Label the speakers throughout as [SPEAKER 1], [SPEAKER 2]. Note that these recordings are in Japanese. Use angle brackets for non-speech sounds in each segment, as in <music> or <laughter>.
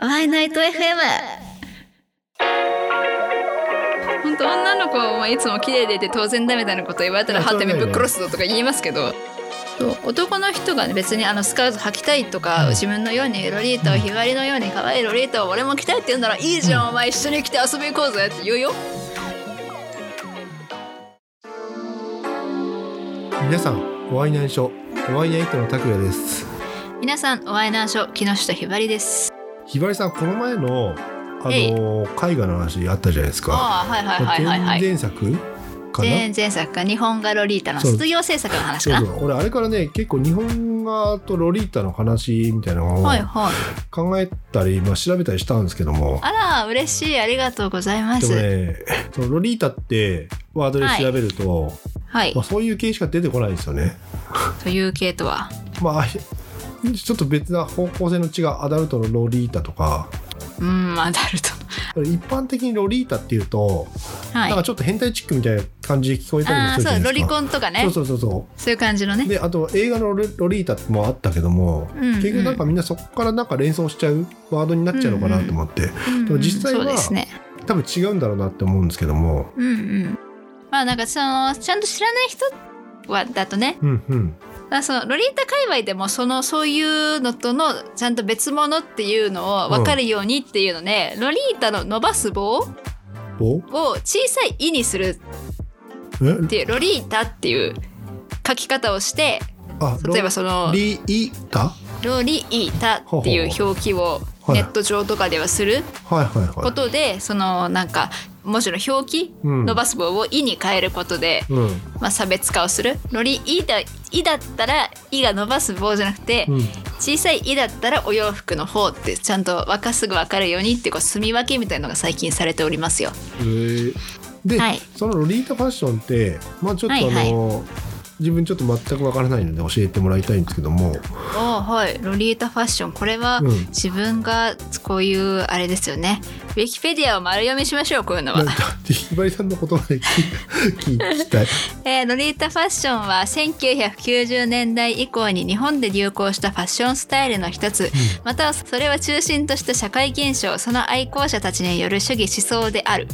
[SPEAKER 1] ワイナイト FM
[SPEAKER 2] 本当女の子はいつも綺麗でいて当然だみたいなこと言われたら「
[SPEAKER 3] いや
[SPEAKER 2] は
[SPEAKER 3] そ
[SPEAKER 2] て
[SPEAKER 3] れは
[SPEAKER 2] め
[SPEAKER 3] ね
[SPEAKER 2] ぶっ殺すぞ」とか言いますけど。そう男の人がね別にあのスカート履きたいとか、
[SPEAKER 3] うん
[SPEAKER 2] 自分のようにロリータを日替わりのように可愛いロリータを俺も着たいって言うならいいじゃん、お前一緒に来て遊び行こうぜって言うよ
[SPEAKER 3] 皆さんお会いないしょお会いないとの拓也です
[SPEAKER 2] 皆さんお会い難所木下ひばりです
[SPEAKER 3] ひばりさんこの前のあ
[SPEAKER 2] えい
[SPEAKER 3] の絵画の話あったじゃないですか
[SPEAKER 2] ああはいはいはいはいはい
[SPEAKER 3] 前前作かな
[SPEAKER 2] 前前作か日本画ロリータの
[SPEAKER 3] そう
[SPEAKER 2] 卒業制作の話
[SPEAKER 3] そ
[SPEAKER 2] か
[SPEAKER 3] う
[SPEAKER 2] な
[SPEAKER 3] そう俺あれからね結構日本画とロリータの話みたいなのを
[SPEAKER 2] はいはい
[SPEAKER 3] 考えたり、まあ、調べたりしたんですけども
[SPEAKER 2] あら嬉しいありがとうございま、
[SPEAKER 3] ですもねそのロリータってワードで調べると、
[SPEAKER 2] はい
[SPEAKER 3] まあ、そういう系しか出てこないんですよね。
[SPEAKER 2] という系とは
[SPEAKER 3] まあ <laughs> ちょっと別な方向性の違うアダルトのロリータとか
[SPEAKER 2] うんアダルト
[SPEAKER 3] 一般的にロリータっていうと、
[SPEAKER 2] はい
[SPEAKER 3] なんかちょっと変態チックみたいな感じで聞こえたりも
[SPEAKER 2] あ
[SPEAKER 3] す
[SPEAKER 2] あ
[SPEAKER 3] るじ
[SPEAKER 2] そ
[SPEAKER 3] ゃな
[SPEAKER 2] う
[SPEAKER 3] いで
[SPEAKER 2] ロ
[SPEAKER 3] すか
[SPEAKER 2] リコンとかね
[SPEAKER 3] そ
[SPEAKER 2] そうう
[SPEAKER 3] そうそうそ
[SPEAKER 2] いう感じの
[SPEAKER 3] う
[SPEAKER 2] ね
[SPEAKER 3] であと映画のロロリータもあったけども、
[SPEAKER 2] うんうん
[SPEAKER 3] 結局なんかみんなそこからなんか連想しちゃうワードになっちゃうのかなと思って、
[SPEAKER 2] うん
[SPEAKER 3] でも実際は
[SPEAKER 2] そうですね
[SPEAKER 3] 多分違うんだろうなって思うんですけども
[SPEAKER 2] うんうんまあなんかそのちゃんと知らない人はだとね
[SPEAKER 3] うんうん
[SPEAKER 2] だからそのロリータ界隈でもそのそういうのとのちゃんと別物っていうのを分かるようにっていうので、ロリータの伸ばす棒を
[SPEAKER 3] お
[SPEAKER 2] 小さい「い」にするっ
[SPEAKER 3] え
[SPEAKER 2] ていうロリータっていう書き方をして
[SPEAKER 3] あ
[SPEAKER 2] 例えばその
[SPEAKER 3] ロリータ
[SPEAKER 2] ロリータっていう表記を
[SPEAKER 3] ほう
[SPEAKER 2] ネット上とかではする
[SPEAKER 3] はいはいは
[SPEAKER 2] こ
[SPEAKER 3] い
[SPEAKER 2] とでそのなんか文字の表記
[SPEAKER 3] うん
[SPEAKER 2] 伸ばす棒を「い」に変えることで、
[SPEAKER 3] うん
[SPEAKER 2] まあ、差別化をするロリ「い」だ「い」だったら「い」が伸ばす棒じゃなくて
[SPEAKER 3] うん
[SPEAKER 2] 小さい「い」だったらお洋服の方ってちゃんとわかすぐ分かるようにっていうこう住み分けみたいのが最近されておりますよ。
[SPEAKER 3] えーで、
[SPEAKER 2] はい
[SPEAKER 3] そのロリータファッションってまあちょっとあの、
[SPEAKER 2] はい
[SPEAKER 3] 自分ちょっと全くわからないので教えてもらいたいんですけども
[SPEAKER 2] おーはいロリータファッションこれは
[SPEAKER 3] うん
[SPEAKER 2] 自分がこういうあれですよねウィキペディアを丸読みしましょうこういうのは
[SPEAKER 3] なん。かひばりさんの言葉で聞き聞き
[SPEAKER 2] <laughs>
[SPEAKER 3] たい
[SPEAKER 2] えーロリータファッションは1990年代以降に日本で流行したファッションスタイルの一つ、またはそれは中心とした社会現象その愛好者たちによる主義思想である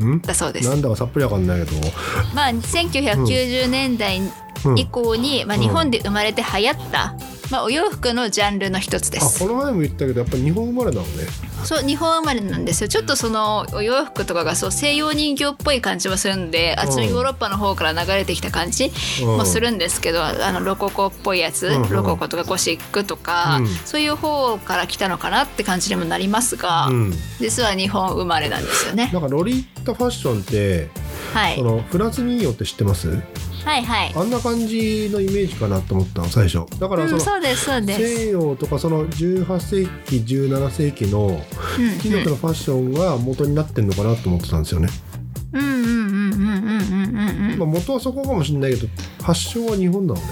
[SPEAKER 3] うん
[SPEAKER 2] だそうです
[SPEAKER 3] な。んだかさっぱりわかんないけど
[SPEAKER 2] まあ、1990年代
[SPEAKER 3] うん
[SPEAKER 2] 以降に、まあ、
[SPEAKER 3] うん
[SPEAKER 2] 日本で生まれて流行った、まあ、お洋服のジャンルの一つで
[SPEAKER 3] あ
[SPEAKER 2] す
[SPEAKER 3] こ。の前も言ったけどやっぱ日本生まれなのね
[SPEAKER 2] そう日本生まれなんですよちょっとそのお洋服とかがそう西洋人形っぽい感じもするんであっちの
[SPEAKER 3] うん
[SPEAKER 2] ヨーロッパの方から流れてきた感じ
[SPEAKER 3] うん
[SPEAKER 2] もするんですけど、あのロココっぽいやつ、
[SPEAKER 3] うんうん
[SPEAKER 2] ロココとかゴシックとか、
[SPEAKER 3] うん
[SPEAKER 2] そういう方から来たのかなって感じにもなりますが、
[SPEAKER 3] うん
[SPEAKER 2] 実は日本生まれなんですよね。
[SPEAKER 3] なんかロリータファッションって
[SPEAKER 2] はい
[SPEAKER 3] そ、のフランス民謡って知ってます
[SPEAKER 2] はいはい
[SPEAKER 3] あんな感じのイメージかなと思ったの最初だから
[SPEAKER 2] う
[SPEAKER 3] そ
[SPEAKER 2] ん、
[SPEAKER 3] の
[SPEAKER 2] そうですそうです。
[SPEAKER 3] 西洋とかその18世紀17世紀の
[SPEAKER 2] うん
[SPEAKER 3] 貴族のファッションが元になってんのかなと思ってたんですよね、
[SPEAKER 2] うんうんうんうんうんうんうんうん
[SPEAKER 3] まあ、元はそこかもしれないけど発祥は日本なのね、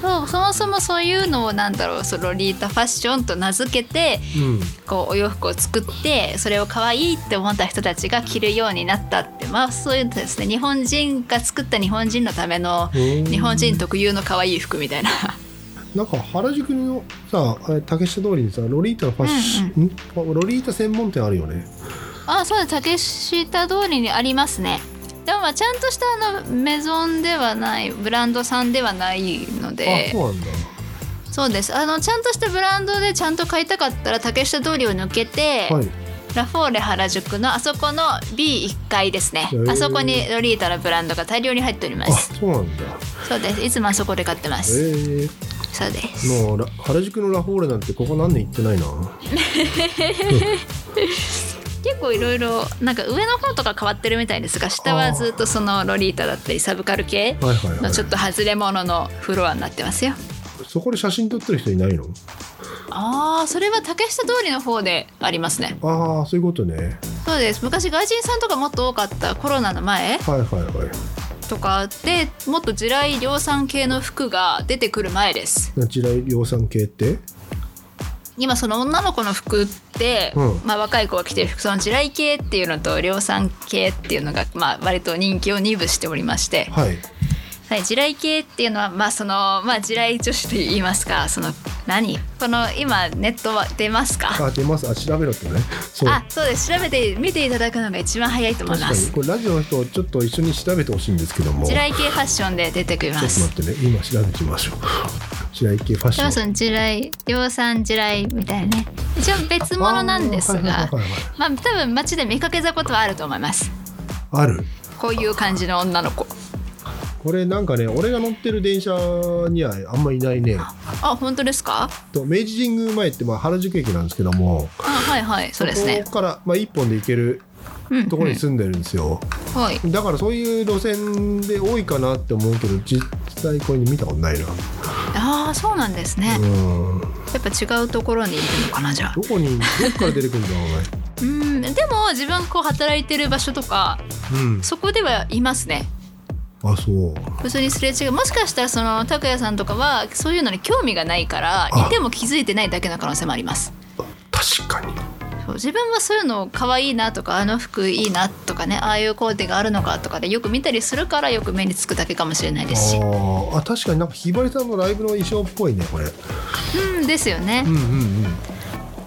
[SPEAKER 2] そうそもそもそういうのをなんだろうそうロリータファッションと名付けて
[SPEAKER 3] うん、
[SPEAKER 2] こうお洋服を作ってそれを可愛いって思った人たちが着るようになったってまあそういうですね日本人が作った日本人のための
[SPEAKER 3] うん
[SPEAKER 2] 日本人特有の可愛い服みたいな
[SPEAKER 3] なんか原宿のさあれ竹下通りにさロリータのファッション、んロリータ専門店あるよね
[SPEAKER 2] <laughs> あそうだ竹下通りにありますねでもまあちゃんとしたあのメゾンではないブランドさんではないの
[SPEAKER 3] あ
[SPEAKER 2] で
[SPEAKER 3] そうなんだ
[SPEAKER 2] そうですあのちゃんとしたブランドでちゃんと買いたかったら竹下通りを抜けて、
[SPEAKER 3] はい
[SPEAKER 2] ラフォーレ原宿のあそこの B1 階ですね
[SPEAKER 3] へー
[SPEAKER 2] あそこにロリータのブランドが大量に入っておりま
[SPEAKER 3] あ
[SPEAKER 2] す
[SPEAKER 3] そうなんだ
[SPEAKER 2] そうですいつもあそこで買ってま
[SPEAKER 3] え
[SPEAKER 2] す
[SPEAKER 3] ー、
[SPEAKER 2] そうです
[SPEAKER 3] もうラ原宿のラフォーレなんてここ何年行ってないな
[SPEAKER 2] 結構いろいろなんか上の方とか変わってるみたいですが下はずっとそのロリータだったりサブカル系
[SPEAKER 3] はいはいは
[SPEAKER 2] の
[SPEAKER 3] い
[SPEAKER 2] ちょっと外れ物のフロアになってますよ
[SPEAKER 3] そこで写真撮ってる人いないの
[SPEAKER 2] あーそれは竹下通りの方でありますね
[SPEAKER 3] ああそういうことね
[SPEAKER 2] そうです昔外人さんとかもっと多かったコロナの前
[SPEAKER 3] はいはいはい
[SPEAKER 2] とかでもっと地雷量産系の服が出てくる前です
[SPEAKER 3] 地雷量産系って
[SPEAKER 2] 今その女の子の服って、
[SPEAKER 3] うん
[SPEAKER 2] まあ、若い子が着てる服その地雷系っていうのと量産系っていうのが、まあ、割と人気を二分しておりまして、
[SPEAKER 3] はい
[SPEAKER 2] はい、地雷系っていうのは、まあそのまあ、地雷女子と言いますかその何この今ネットは出ますか
[SPEAKER 3] あ出ますあ調べろってねそう
[SPEAKER 2] あそうです調べて見ていただくのが一番早いと思い
[SPEAKER 3] 確
[SPEAKER 2] ま
[SPEAKER 3] かに
[SPEAKER 2] す
[SPEAKER 3] これラジオの人ちょっと一緒に調べてほしいんですけども
[SPEAKER 2] 地
[SPEAKER 3] ちょっ
[SPEAKER 2] 雷系ファッションで出てきま
[SPEAKER 3] と
[SPEAKER 2] す
[SPEAKER 3] 待ってね今調べてみましょう地雷系ファッシ
[SPEAKER 2] でも
[SPEAKER 3] ョ
[SPEAKER 2] そ
[SPEAKER 3] ン
[SPEAKER 2] の地雷量産地雷みたいなね一応別物なんです
[SPEAKER 3] あーはい
[SPEAKER 2] が
[SPEAKER 3] はいはいはい
[SPEAKER 2] まあ多分街で見かけたことはあると思います
[SPEAKER 3] ある
[SPEAKER 2] こういう感じの女の子
[SPEAKER 3] これなんかね俺が乗ってる電車にはあんまいないね
[SPEAKER 2] あ本当ですか
[SPEAKER 3] と明治神宮前ってまあ原宿駅なんですけども
[SPEAKER 2] あはいはいそうですね
[SPEAKER 3] ここからまあ一本で行ける
[SPEAKER 2] うん
[SPEAKER 3] ところに住んでるんですよ、
[SPEAKER 2] はい
[SPEAKER 3] だからそういう路線で多いかなって思うけど実際これ見たことないな
[SPEAKER 2] ああそうなんですね
[SPEAKER 3] うん
[SPEAKER 2] やっぱ違うところにいるのかなじゃあ
[SPEAKER 3] どこにどこから出てくるんだろ
[SPEAKER 2] うんでも自分こう働いてる場所とか
[SPEAKER 3] うね
[SPEAKER 2] そこではいますね
[SPEAKER 3] うんあそう
[SPEAKER 2] 普通にすれ違うもしかしたらその拓哉さんとかはそういうのに興味がないから
[SPEAKER 3] あ
[SPEAKER 2] いても気づいてないだけの可能性もあります
[SPEAKER 3] 確かに
[SPEAKER 2] そう自分はそういうの可愛いなとかあの服いいなとかねああいうコーデがあるのかとかでよく見たりするからよく目につくだけかもしれないですし
[SPEAKER 3] あーあ確かになんかひばりさんのライブの衣装っぽいねこれ
[SPEAKER 2] うんですよね、
[SPEAKER 3] うんうんうん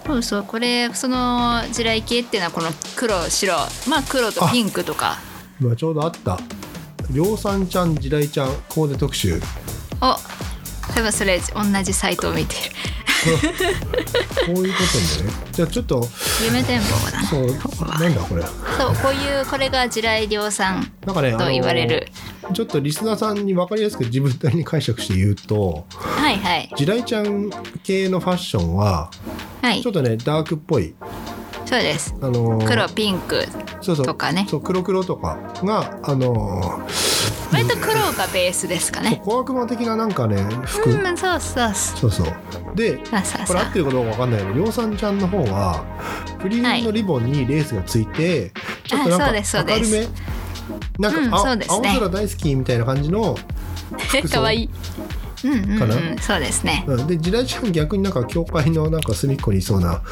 [SPEAKER 2] そうそうこれその地雷系っていうのはこの黒白まあ黒とピンクとか
[SPEAKER 3] 今ちょうどあった量産ちゃん地雷ちゃんコーデ特集
[SPEAKER 2] を多分それ同じサイトを見てる
[SPEAKER 3] <laughs> こういうことね。じゃあちょっと、
[SPEAKER 2] 夢展望だな
[SPEAKER 3] そう、
[SPEAKER 2] こは
[SPEAKER 3] なんだこれ。
[SPEAKER 2] そうこういうこれが地雷量産
[SPEAKER 3] なんかね、
[SPEAKER 2] と言われる、
[SPEAKER 3] あのちょっとリスナーさんに分かりやすく自分なりに解釈して言うと、
[SPEAKER 2] はいはい
[SPEAKER 3] 地雷ちゃん系のファッションは、
[SPEAKER 2] はい
[SPEAKER 3] ちょ
[SPEAKER 2] そ
[SPEAKER 3] っとね、ダークっぽい、
[SPEAKER 2] うです
[SPEAKER 3] あのー
[SPEAKER 2] 黒ピンク
[SPEAKER 3] そうそう
[SPEAKER 2] とかね
[SPEAKER 3] そう、黒黒とかが、あのー
[SPEAKER 2] 割と黒がベースですか
[SPEAKER 3] そう
[SPEAKER 2] ね
[SPEAKER 3] 小悪魔的ななんかね、服、
[SPEAKER 2] うんそうそうそう
[SPEAKER 3] そうそう。で、
[SPEAKER 2] そうそう
[SPEAKER 3] こ
[SPEAKER 2] そう
[SPEAKER 3] れ合ってるかどうか分かんないけど、量産ちゃんの方は、フリーズのリボンにレースがついて、ちょっと
[SPEAKER 2] あそ
[SPEAKER 3] な
[SPEAKER 2] うんですそ
[SPEAKER 3] か
[SPEAKER 2] うで
[SPEAKER 3] 明る
[SPEAKER 2] す
[SPEAKER 3] め、なんか、
[SPEAKER 2] うん
[SPEAKER 3] あ
[SPEAKER 2] そうですね
[SPEAKER 3] 青空大好きみたいな感じの服装
[SPEAKER 2] かわいいうんうん、
[SPEAKER 3] か
[SPEAKER 2] う、
[SPEAKER 3] なん
[SPEAKER 2] そうですね
[SPEAKER 3] うん、で地雷ちゃん逆になんか教会のなんか隅っこにいそうな、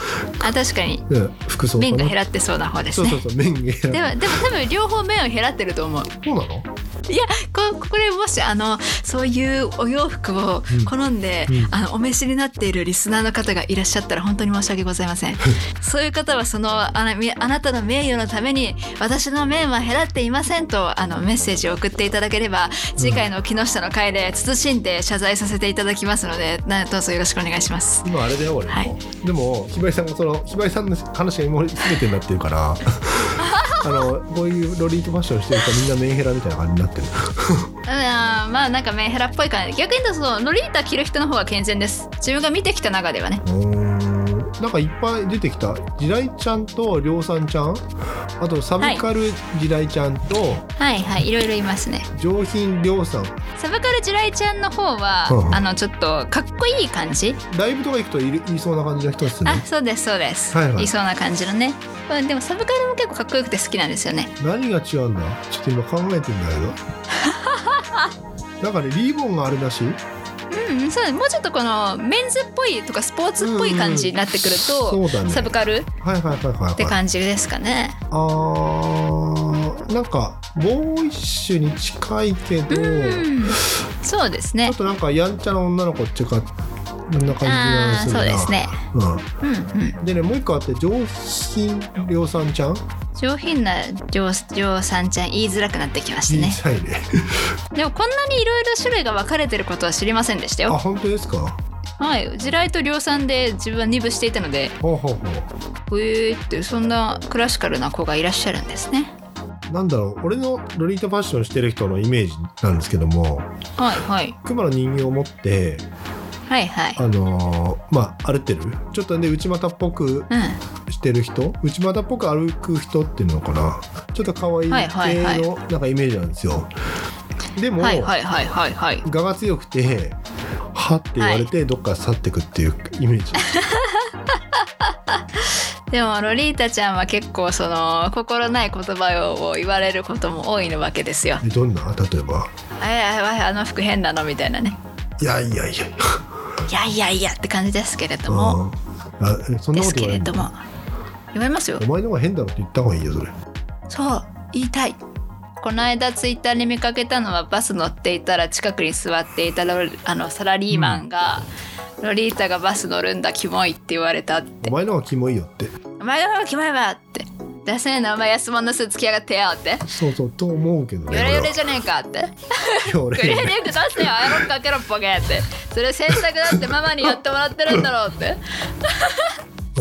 [SPEAKER 2] あ確かに
[SPEAKER 3] うん、服装かな
[SPEAKER 2] 面が減らってそうな方です
[SPEAKER 3] そう
[SPEAKER 2] ね
[SPEAKER 3] そうそう面が減
[SPEAKER 2] で
[SPEAKER 3] ら
[SPEAKER 2] もでも多分両方面を減らってると思う
[SPEAKER 3] そうなの
[SPEAKER 2] いやここれもしあのそういうお洋服を
[SPEAKER 3] うん
[SPEAKER 2] 好んで、
[SPEAKER 3] うん
[SPEAKER 2] あのお召しになっているリスナーの方がいらっしゃったら本当に申し訳ございませんそういう方はそのあのみあなたの名誉のために私の面は減らっていませんとあのメッセージを送っていただければ次回の木下の会で慎んで謝罪させていただきますのでなどうぞよろしくお願いします
[SPEAKER 3] 今あれだよ俺も、
[SPEAKER 2] はい
[SPEAKER 3] でもひばりさんがそのひばりさんの話が今俺全てになってるから
[SPEAKER 2] <laughs>
[SPEAKER 3] あのこういうロリートファッションしてるとみんな面ヘラみたいな感じになってる
[SPEAKER 2] うんまあなんか面減らっぽい感じ逆に言うとそのロリータ着る人の方が健全です自分が見てきた中ではね
[SPEAKER 3] うーんなんかいっぱい出てきた地雷ちゃんと量産ちゃんあとサブカル地雷ちゃんと
[SPEAKER 2] はいはいいろいろいますね
[SPEAKER 3] 上品量産、
[SPEAKER 2] サブカル地雷ちゃんの方は、
[SPEAKER 3] うん
[SPEAKER 2] あのちょっとかっこいい感じ、
[SPEAKER 3] ライブとか行くといるいそうな感じの人ですね
[SPEAKER 2] あそうですそうです、
[SPEAKER 3] はい
[SPEAKER 2] い
[SPEAKER 3] はい
[SPEAKER 2] そうな感じのねうんでもサブカルも結構かっこよくて好きなんですよね
[SPEAKER 3] 何が違うんだちょっと今考えてんだけどなんかねリボンがあるらしい
[SPEAKER 2] うんうんそうもうちょっとこのメンズっぽいとかスポーツっぽい感じになってくると、
[SPEAKER 3] うんうんそうだね
[SPEAKER 2] サブカル
[SPEAKER 3] はいはいはいはい、
[SPEAKER 2] って
[SPEAKER 3] はい、
[SPEAKER 2] 感じですかね、
[SPEAKER 3] あーなんかボーイッシュに近いけど、
[SPEAKER 2] うんそうです
[SPEAKER 3] ちょ
[SPEAKER 2] ね
[SPEAKER 3] っとなんかやんちゃな女の子っていうかこんな感じが
[SPEAKER 2] ああ
[SPEAKER 3] す
[SPEAKER 2] ー
[SPEAKER 3] るな
[SPEAKER 2] そうですね
[SPEAKER 3] う
[SPEAKER 2] うんうん
[SPEAKER 3] ん、でねもう一個あって上品量産ちゃん
[SPEAKER 2] 上品な女女さんちゃん言いづらくなってきました
[SPEAKER 3] 小
[SPEAKER 2] ね
[SPEAKER 3] さいね
[SPEAKER 2] でもこんなにいろいろ種類が分かれてることは知りませんでした
[SPEAKER 3] あ
[SPEAKER 2] よ
[SPEAKER 3] 本当ですか
[SPEAKER 2] はい地雷と量産で自分は二分していたので
[SPEAKER 3] ほうほうほ
[SPEAKER 2] へえーってそんなクラシカルな子がいらっしゃるんですね。
[SPEAKER 3] うなんだろう俺のロリータファッションしてる人のイメージなんですけども
[SPEAKER 2] はいはい
[SPEAKER 3] 熊の人形を持って
[SPEAKER 2] はいはい。
[SPEAKER 3] あのーまあ歩ってるちょっとね内股っぽく
[SPEAKER 2] うん
[SPEAKER 3] してる人内股っぽく歩く人っていうのかなちょっと可愛い
[SPEAKER 2] はいはいはい
[SPEAKER 3] 系のなんかイメージなんですよでも、
[SPEAKER 2] はいはいはいはいはい。
[SPEAKER 3] 我が強くてはって言われてどっか去ってくっていうイメージ、
[SPEAKER 2] でもロリータちゃんは結構その心ない言葉を言われることも多いのわけですよ。
[SPEAKER 3] えどんな <laughs> 例えば
[SPEAKER 2] あいあいあいあの服変なのみたいなね。
[SPEAKER 3] いやいやいや
[SPEAKER 2] いやいやいやって感じですけれども。
[SPEAKER 3] うんあえそん
[SPEAKER 2] で
[SPEAKER 3] なこ
[SPEAKER 2] すけ
[SPEAKER 3] と言われ
[SPEAKER 2] れ
[SPEAKER 3] る
[SPEAKER 2] ども。言われますよ
[SPEAKER 3] お。前の方が変だろって言った方がいいよそれ
[SPEAKER 2] そう言いたい。この間ツイッターで見かけたのはバス乗っていたら近くに座っていたロあのサラリーマンが、ロリータがバス乗るんだキモい」って言われたって
[SPEAKER 3] お前の方がキモいよって
[SPEAKER 2] 「お前の方がキモいわ」って「出せねえなお前安物のスーツ着やがってよ」って
[SPEAKER 3] そうそうと思うけ
[SPEAKER 2] 「
[SPEAKER 3] どね
[SPEAKER 2] ヨレヨレじゃねえか」って「
[SPEAKER 3] ヨレ
[SPEAKER 2] グレ
[SPEAKER 3] ヨ
[SPEAKER 2] ー
[SPEAKER 3] レ
[SPEAKER 2] ディング出せよアイロンかけろボケ」って「それ洗濯だってママにやってもらってるんだろう」って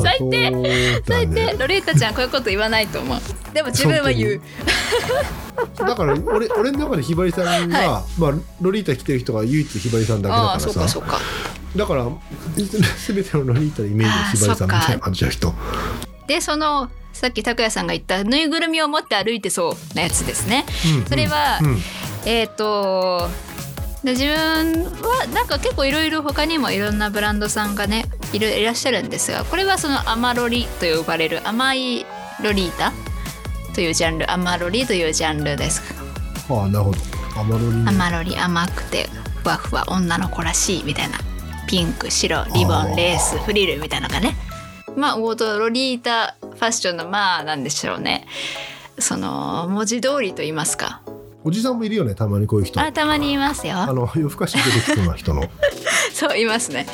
[SPEAKER 2] 最低大
[SPEAKER 3] 最
[SPEAKER 2] 抵ロリータちゃんこういうこと言わないと思うでも自分は言う
[SPEAKER 3] だから俺俺の中でひばりさんが、まあ、ロリータ着てる人が唯一ひばりさんだけだ
[SPEAKER 2] ああ
[SPEAKER 3] か
[SPEAKER 2] そ
[SPEAKER 3] ら
[SPEAKER 2] う
[SPEAKER 3] さ
[SPEAKER 2] かそうか
[SPEAKER 3] だから全てのロリータのイメージはひばりさんみたいな感じの人
[SPEAKER 2] でそのさっき拓哉さんが言ったぬいぐるみを持って歩いてそうなやつですね、
[SPEAKER 3] うん
[SPEAKER 2] それは、
[SPEAKER 3] うん
[SPEAKER 2] えっ、とで自分はなんか結構いろいろ他にもいろんなブランドさんがねいるいらっしゃるんですがこれはその「アマロリ」と呼ばれる甘いロリータというジャンル「アマロリ」というジャンルです。
[SPEAKER 3] ああなるほどアマロリね
[SPEAKER 2] 甘ロリ甘くてふわふわ女の子らしいみたいなピンク白リボ
[SPEAKER 3] あー
[SPEAKER 2] ンレースフリルみたいなのがねまあ王道ロリータファッションのまあなんでしょうねその文字通りと言いますか
[SPEAKER 3] おじさんもいるよねたまにこういう人
[SPEAKER 2] あたまにいますよ
[SPEAKER 3] あの夜更かし出てきそうな人の
[SPEAKER 2] そういますね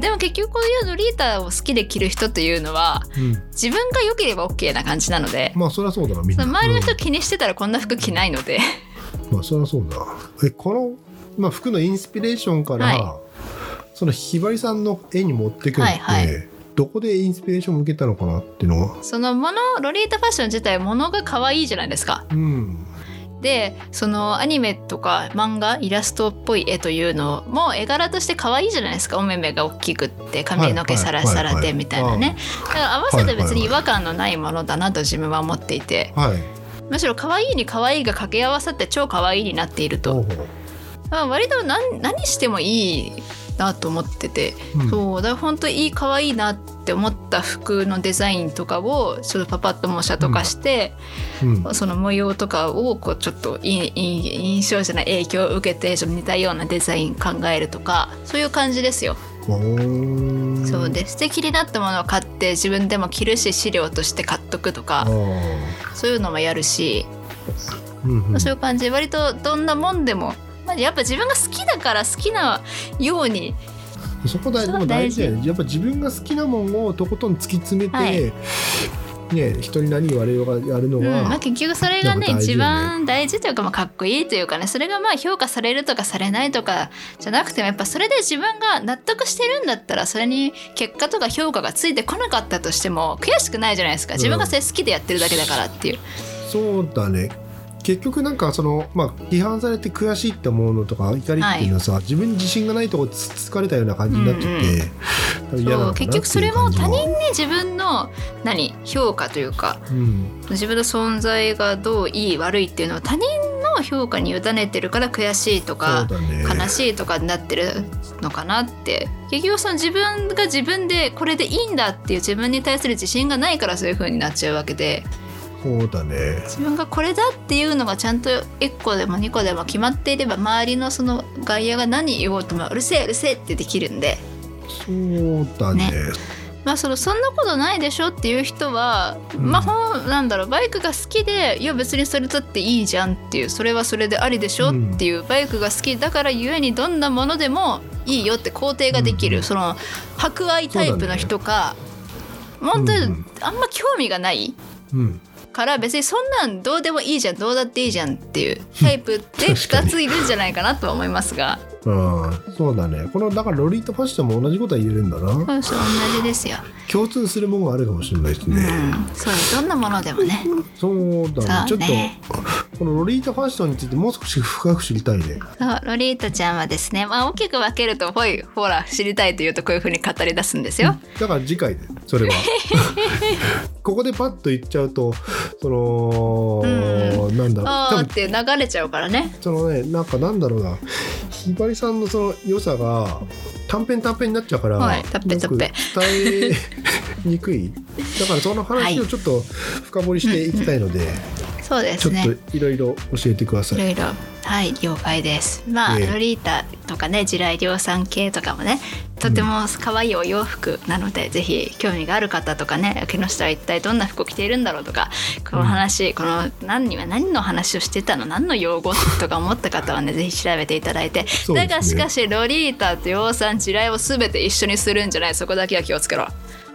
[SPEAKER 2] でも結局こういうロリータを好きで着る人と <laughs> いうのは
[SPEAKER 3] うん
[SPEAKER 2] 自分が良ければ OK な感じなので
[SPEAKER 3] まあそりゃそうだなみん
[SPEAKER 2] そ
[SPEAKER 3] な
[SPEAKER 2] の周りの人気にしてたらこんな服着ないので
[SPEAKER 3] うんまあそりゃそうだなえこの、まあ、服のインスピレーションから、
[SPEAKER 2] は
[SPEAKER 3] そのひばりさんの絵に持ってくのって、
[SPEAKER 2] はい
[SPEAKER 3] どこでインスピレーションを受けたのかなっていうのは
[SPEAKER 2] そのものロリータファッション自体ものが可愛いじゃないですか
[SPEAKER 3] うん
[SPEAKER 2] でそのアニメとか漫画イラストっぽい絵というのも絵柄として可愛いじゃないですかお目目が大きくって髪の毛サラサラでみたいなねだから合わせて別に違和感のないものだなと自分は思っていて
[SPEAKER 3] はい
[SPEAKER 2] むしろ可愛いに可愛いが掛け合わさって超可愛いになっている
[SPEAKER 3] ほう
[SPEAKER 2] と、
[SPEAKER 3] ほう
[SPEAKER 2] まあ、割と何何してもいいなと思ってて、
[SPEAKER 3] うん
[SPEAKER 2] そうだから本当いい可愛いなって思った服のデザインとかをちょっとパパッと模写とかして。
[SPEAKER 3] うん
[SPEAKER 2] その模様とかをこうちょっといいい印象じゃない影響を受けてちょっと似たようなデザイン考えるとかそういう感じですよ。
[SPEAKER 3] おー
[SPEAKER 2] そうですで気になったものを買って自分でも着るし資料として買っとくと
[SPEAKER 3] あ
[SPEAKER 2] か
[SPEAKER 3] ー
[SPEAKER 2] そういうのもやるし、
[SPEAKER 3] うんうん
[SPEAKER 2] そういう感じで割とどんなもんでも、まあ、やっぱ自分が好きだから好きなように
[SPEAKER 3] そこ
[SPEAKER 2] そ
[SPEAKER 3] 大事
[SPEAKER 2] う
[SPEAKER 3] でも大事だよ
[SPEAKER 2] 大
[SPEAKER 3] ねやっぱ自分が好きなもんをとことん突き詰めて、
[SPEAKER 2] は
[SPEAKER 3] ね人に何言われようがやるの
[SPEAKER 2] うん
[SPEAKER 3] は、
[SPEAKER 2] まあ、結局それがね
[SPEAKER 3] なんか大事
[SPEAKER 2] 一
[SPEAKER 3] よね
[SPEAKER 2] 番大事というか、まあ、かっこいいというかねそれがまあ評価されるとかされないとかじゃなくてもやっぱそれで自分が納得してるんだったらそれに結果とか評価がついてこなかったとしても悔しくないじゃないですか自分がそれ好きでやってるだけだからっていう。
[SPEAKER 3] そうだね結局なんかその、まあ、批判されて悔しいって思うのとか怒りっていうのはさ、自分に自信がないとこつつかれたような感じになってて、多分嫌な
[SPEAKER 2] そ
[SPEAKER 3] の
[SPEAKER 2] う
[SPEAKER 3] かなっていう
[SPEAKER 2] 結局それも他
[SPEAKER 3] 感じ
[SPEAKER 2] 人
[SPEAKER 3] は
[SPEAKER 2] に自分の何評価というか
[SPEAKER 3] うん
[SPEAKER 2] 自分の存在がどういい悪いっていうのは他人の評価に委ねてるから悔しいと
[SPEAKER 3] そ
[SPEAKER 2] か
[SPEAKER 3] うだね
[SPEAKER 2] 悲しいとかになってるのかなって結局その自分が自分でこれでいいんだっていう自分に対する自信がないからそういう風になっちゃうわけで
[SPEAKER 3] そうだね
[SPEAKER 2] 自分がこれだっていうのがちゃんと1個でも2個でも決まっていれば周りのその外野が何言おうともうるせえうるせえってできるんで
[SPEAKER 3] そうだね
[SPEAKER 2] ねまあそのそんなことないでしょっていう人は、
[SPEAKER 3] うん
[SPEAKER 2] まあ本なんだろうバイクが好きでいや別にそれだっていいじゃんっていうそれはそれでありでしょ
[SPEAKER 3] うん
[SPEAKER 2] っていう、バイクが好きだからゆえにどんなものでもいいよって肯定ができる、
[SPEAKER 3] うん
[SPEAKER 2] その博愛タイプの人か、本当にあんま興味がない
[SPEAKER 3] うん
[SPEAKER 2] から別にそんなんどうでもいいじゃんどうだっていいじゃんっていうタイプで
[SPEAKER 3] 確か
[SPEAKER 2] 2
[SPEAKER 3] に
[SPEAKER 2] ついるんじゃないかなとは思いますが
[SPEAKER 3] うん、そうだねこのだからロリータファッションも同じことは言えるんだな
[SPEAKER 2] そうそう同じですよ、
[SPEAKER 3] 共通するものがあるかもしれないです
[SPEAKER 2] う
[SPEAKER 3] ね、
[SPEAKER 2] ん、そうどんなものでもね
[SPEAKER 3] そうだね
[SPEAKER 2] そ
[SPEAKER 3] ち
[SPEAKER 2] う
[SPEAKER 3] ょっ
[SPEAKER 2] ね
[SPEAKER 3] とこのロリータファッションについてもう少し深く知りたいね
[SPEAKER 2] そうロリータちゃんはですね、まあ、大きく分けるとほいほら知りたいというとこういうふうに語り出すんですよ。
[SPEAKER 3] だから次回でそ
[SPEAKER 2] <laughs>
[SPEAKER 3] れはここでパッと言っちゃうとその、なんだ
[SPEAKER 2] あ
[SPEAKER 3] 多
[SPEAKER 2] あっ
[SPEAKER 3] 分
[SPEAKER 2] て流れちゃうからね。
[SPEAKER 3] そのねなんかなんだろうなひばりさんのその良さが短編短編になっちゃうから、
[SPEAKER 2] はい短編
[SPEAKER 3] よく
[SPEAKER 2] 短
[SPEAKER 3] 伝えにくいだからその話をちょっと深掘りしていきたいので、
[SPEAKER 2] そうで
[SPEAKER 3] ち
[SPEAKER 2] す
[SPEAKER 3] ょっ
[SPEAKER 2] ね。
[SPEAKER 3] といろいろ教えてくださ
[SPEAKER 2] い
[SPEAKER 3] い。
[SPEAKER 2] ろいろはい了解です。まあ、
[SPEAKER 3] ええ
[SPEAKER 2] ロリータとかね地雷量産系とかもねとても可愛いお洋服なので、ぜひ興味がある方とかね木下は一体どんな服を着ているんだろうとかこの話、この何には何の話をしてたの何の用語とか思った方
[SPEAKER 3] <laughs>
[SPEAKER 2] はねぜひ調べていただいて、
[SPEAKER 3] うです
[SPEAKER 2] だ
[SPEAKER 3] ね
[SPEAKER 2] がしかしロリータと洋さん地雷を全て一緒にするんじゃないそこだけは気をつけろあ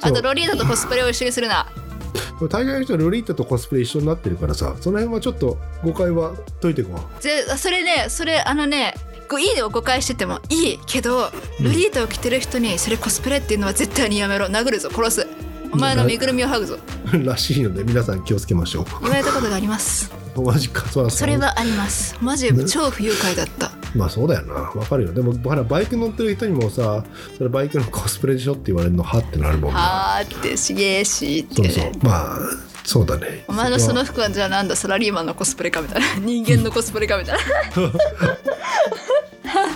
[SPEAKER 3] そ
[SPEAKER 2] と
[SPEAKER 3] う
[SPEAKER 2] ロリータとコスプレを一緒にするな
[SPEAKER 3] でも大概の人はロリータとコスプレ一緒になってるからさその辺はちょっと誤解は解いていこう
[SPEAKER 2] ぜそれねそれあのねこういいで誤解しててもいいけどロリータを着てる人にそれコスプレっていうのは絶対にやめろ殴るぞ殺すお前の身ぐるみを剥ぐぞ
[SPEAKER 3] <laughs> らしいので皆さん気をつけましょ
[SPEAKER 2] 言われたことがあり <laughs> ます
[SPEAKER 3] う <laughs> マジかそらう
[SPEAKER 2] それはありますマジ超不愉快だった
[SPEAKER 3] まあそうだよなわかるよでもほらバイク乗ってる人にもさそれバイクのコスプレでしょって言われるのはってなるもんな
[SPEAKER 2] はーってしげーしーって
[SPEAKER 3] そ
[SPEAKER 2] ね
[SPEAKER 3] うそうまあそうだね
[SPEAKER 2] お前のそ
[SPEAKER 3] こ
[SPEAKER 2] の
[SPEAKER 3] は
[SPEAKER 2] 服はじゃあなんだサラリーマンのコスプレかみたい <laughs> な人間のコスプレかみたい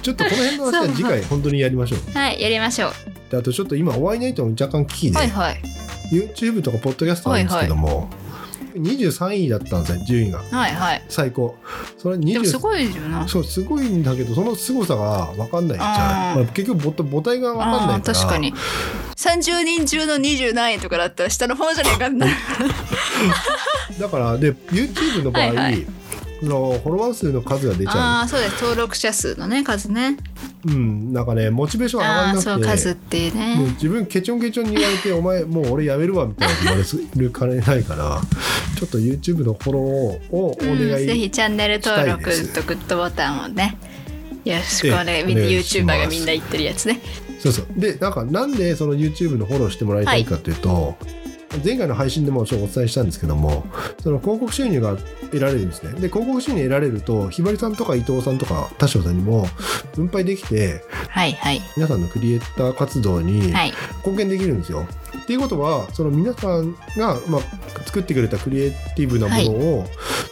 [SPEAKER 3] ちょっとこの辺の話は次回本当にやりましょう
[SPEAKER 2] な <laughs> はいやりましょう
[SPEAKER 3] であとちょっと今お会いないと若干危機で、
[SPEAKER 2] はいはい
[SPEAKER 3] YouTube とかポッドキャストなんですけども、23位だったんですね順位が
[SPEAKER 2] はいはい
[SPEAKER 3] 最高それ
[SPEAKER 2] でもす
[SPEAKER 3] 20
[SPEAKER 2] ごいよな
[SPEAKER 3] そうすごいんだけどその凄さが分かんないじ
[SPEAKER 2] あ
[SPEAKER 3] ゃん、
[SPEAKER 2] ー
[SPEAKER 3] まあ、結局母母体が分かんないから
[SPEAKER 2] あー確かに30人中の20何位とかだったら下の方じゃねえかんな
[SPEAKER 3] だからで YouTube の場合
[SPEAKER 2] はいはい
[SPEAKER 3] そのフォロワー数の数が出ちゃ
[SPEAKER 2] ああそうです登録者数のね数ね
[SPEAKER 3] ううんなんかねモチベーション上が
[SPEAKER 2] あ
[SPEAKER 3] ん
[SPEAKER 2] あ
[SPEAKER 3] な
[SPEAKER 2] ーそう
[SPEAKER 3] くて
[SPEAKER 2] 数っていう
[SPEAKER 3] もう
[SPEAKER 2] ね
[SPEAKER 3] 自分ケチョンケチョンに言われて「お前もう俺やめるわ」みたいな言われるかねないからちょっと YouTube のフォローをお
[SPEAKER 2] うん
[SPEAKER 3] 願
[SPEAKER 2] ぜ
[SPEAKER 3] い
[SPEAKER 2] ひチャンネル登録
[SPEAKER 3] したいです
[SPEAKER 2] とグッドボタンをねよろしくお願い、
[SPEAKER 3] ええ
[SPEAKER 2] みんな
[SPEAKER 3] お願いし
[SPEAKER 2] YouTuber
[SPEAKER 3] ます
[SPEAKER 2] がみんな言ってるやつね
[SPEAKER 3] そうそうでなんかなんでその YouTube のフォローしてもらいたいかというと、前回の配信でもちょっとお伝えしたんですけどもその広告収入が得られるんですねで広告収入得られるとひばりさんとか伊藤さんとか田代さんにも分配できて
[SPEAKER 2] はいはい
[SPEAKER 3] 皆さんのクリエイター活動に
[SPEAKER 2] はい
[SPEAKER 3] 貢献できるんですよ。っていうことはその皆さんが、まあ、作ってくれたクリエイティブなものを、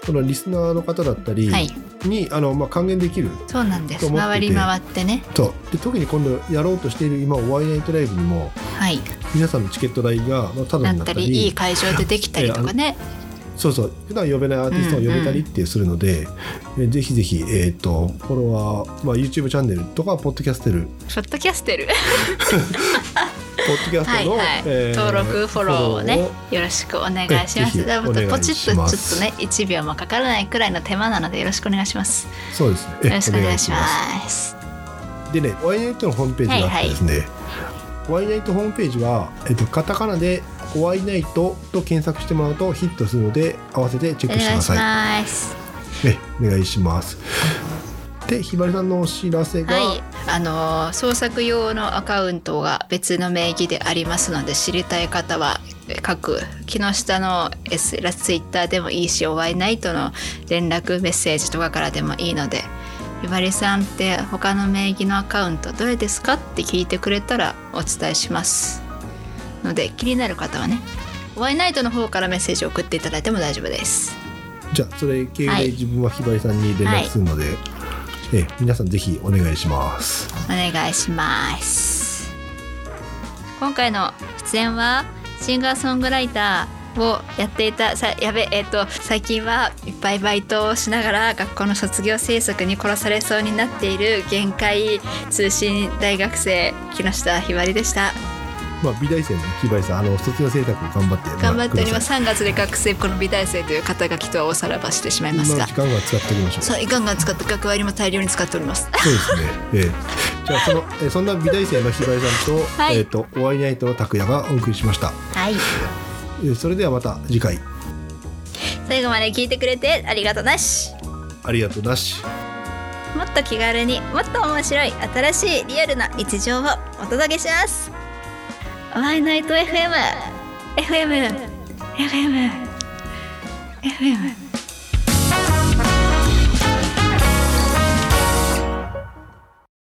[SPEAKER 3] そのリスナーの方だったり
[SPEAKER 2] はい
[SPEAKER 3] に、あのまあ、還元できる
[SPEAKER 2] そうなんです
[SPEAKER 3] と思ってて
[SPEAKER 2] 回り回ってね
[SPEAKER 3] そうで特に今度やろうとしている今おワイナイトライブにも
[SPEAKER 2] はい
[SPEAKER 3] 皆さんのチケット代がまあタダ
[SPEAKER 2] な
[SPEAKER 3] に
[SPEAKER 2] っ
[SPEAKER 3] なったた
[SPEAKER 2] り
[SPEAKER 3] り
[SPEAKER 2] いい会場でできたりとかね
[SPEAKER 3] そうそう普段呼べないアーティストを呼べたりってするので、えぜひぜひ、えー、とフォロワー、まあ、YouTube チャンネルとかポッドキャステル
[SPEAKER 2] ショットキャステル
[SPEAKER 3] ポッドキャス
[SPEAKER 2] は
[SPEAKER 3] テ
[SPEAKER 2] い
[SPEAKER 3] ルの、
[SPEAKER 2] はい、
[SPEAKER 3] えー
[SPEAKER 2] 登録フォローをね
[SPEAKER 3] フォロ
[SPEAKER 2] よろしくお願いし
[SPEAKER 3] え
[SPEAKER 2] ま
[SPEAKER 3] ぜ
[SPEAKER 2] す
[SPEAKER 3] ひ
[SPEAKER 2] だから
[SPEAKER 3] お願い
[SPEAKER 2] ポチッ
[SPEAKER 3] し
[SPEAKER 2] と
[SPEAKER 3] ます
[SPEAKER 2] ちょっとね1秒もかからないくらいの手間なのでよろしくお願いします
[SPEAKER 3] をそうですねえ
[SPEAKER 2] よろしくお願いし
[SPEAKER 3] す
[SPEAKER 2] ます
[SPEAKER 3] でねワイナイトのホームページがあってですね、ワイナイトホームページは、えっとカタカナで「ワイナイト」と検索してもらうとヒットするので合わせてチェ
[SPEAKER 2] お
[SPEAKER 3] ックしてく
[SPEAKER 2] 願い
[SPEAKER 3] だ
[SPEAKER 2] し
[SPEAKER 3] さい
[SPEAKER 2] ます
[SPEAKER 3] ね、お願いします。で、ひばりさんのお知らせが、
[SPEAKER 2] はい、あのー創作用のアカウントが別の名義でありますので知りたい方はえ各木下の S ラツイッターでもいいしお会いナイトの連絡メッセージとかからでもいいのでひばりさんって他の名義のアカウントどれですかって聞いてくれたらお伝えしますので気になる方はねお会いナイトの方からメッセージを送っていただいても大丈夫です
[SPEAKER 3] じゃあそれ経由
[SPEAKER 2] は
[SPEAKER 3] で
[SPEAKER 2] い
[SPEAKER 3] 自分はひばりさんに連絡するので、え皆さんぜひお願いします。
[SPEAKER 2] お願いします今回の出演はシンガーソングライターをやっていたさやべえっ、と最近はいっぱいバイトをしながら学校の卒業制作に殺されそうになっている限界通信大学生木下ひばりでした
[SPEAKER 3] まあ美大生のひばりさん、あの卒業制作頑張って、
[SPEAKER 2] 頑張っており
[SPEAKER 3] まあ
[SPEAKER 2] ます3月で学生この美大生という肩書きとはおさらばしてしまい
[SPEAKER 3] くだ
[SPEAKER 2] ま
[SPEAKER 3] さい
[SPEAKER 2] す
[SPEAKER 3] 今の
[SPEAKER 2] が
[SPEAKER 3] 時間は使っておきましょう。そ
[SPEAKER 2] そうガンガン使って学割も大量に使っております
[SPEAKER 3] うですね。ええじゃあそのえそんな美大生のひばりさんと、
[SPEAKER 2] はい
[SPEAKER 3] えっ、とお会いナイトの拓也がお送りしました。
[SPEAKER 2] はい
[SPEAKER 3] えそれではまた次回
[SPEAKER 2] 最後まで聞いてくれてありがとうなし
[SPEAKER 3] ありがとうなし。
[SPEAKER 2] もっと気軽にもっと面白い新しいリアルな日常をお届けしますお会いナイト FM FM FM FM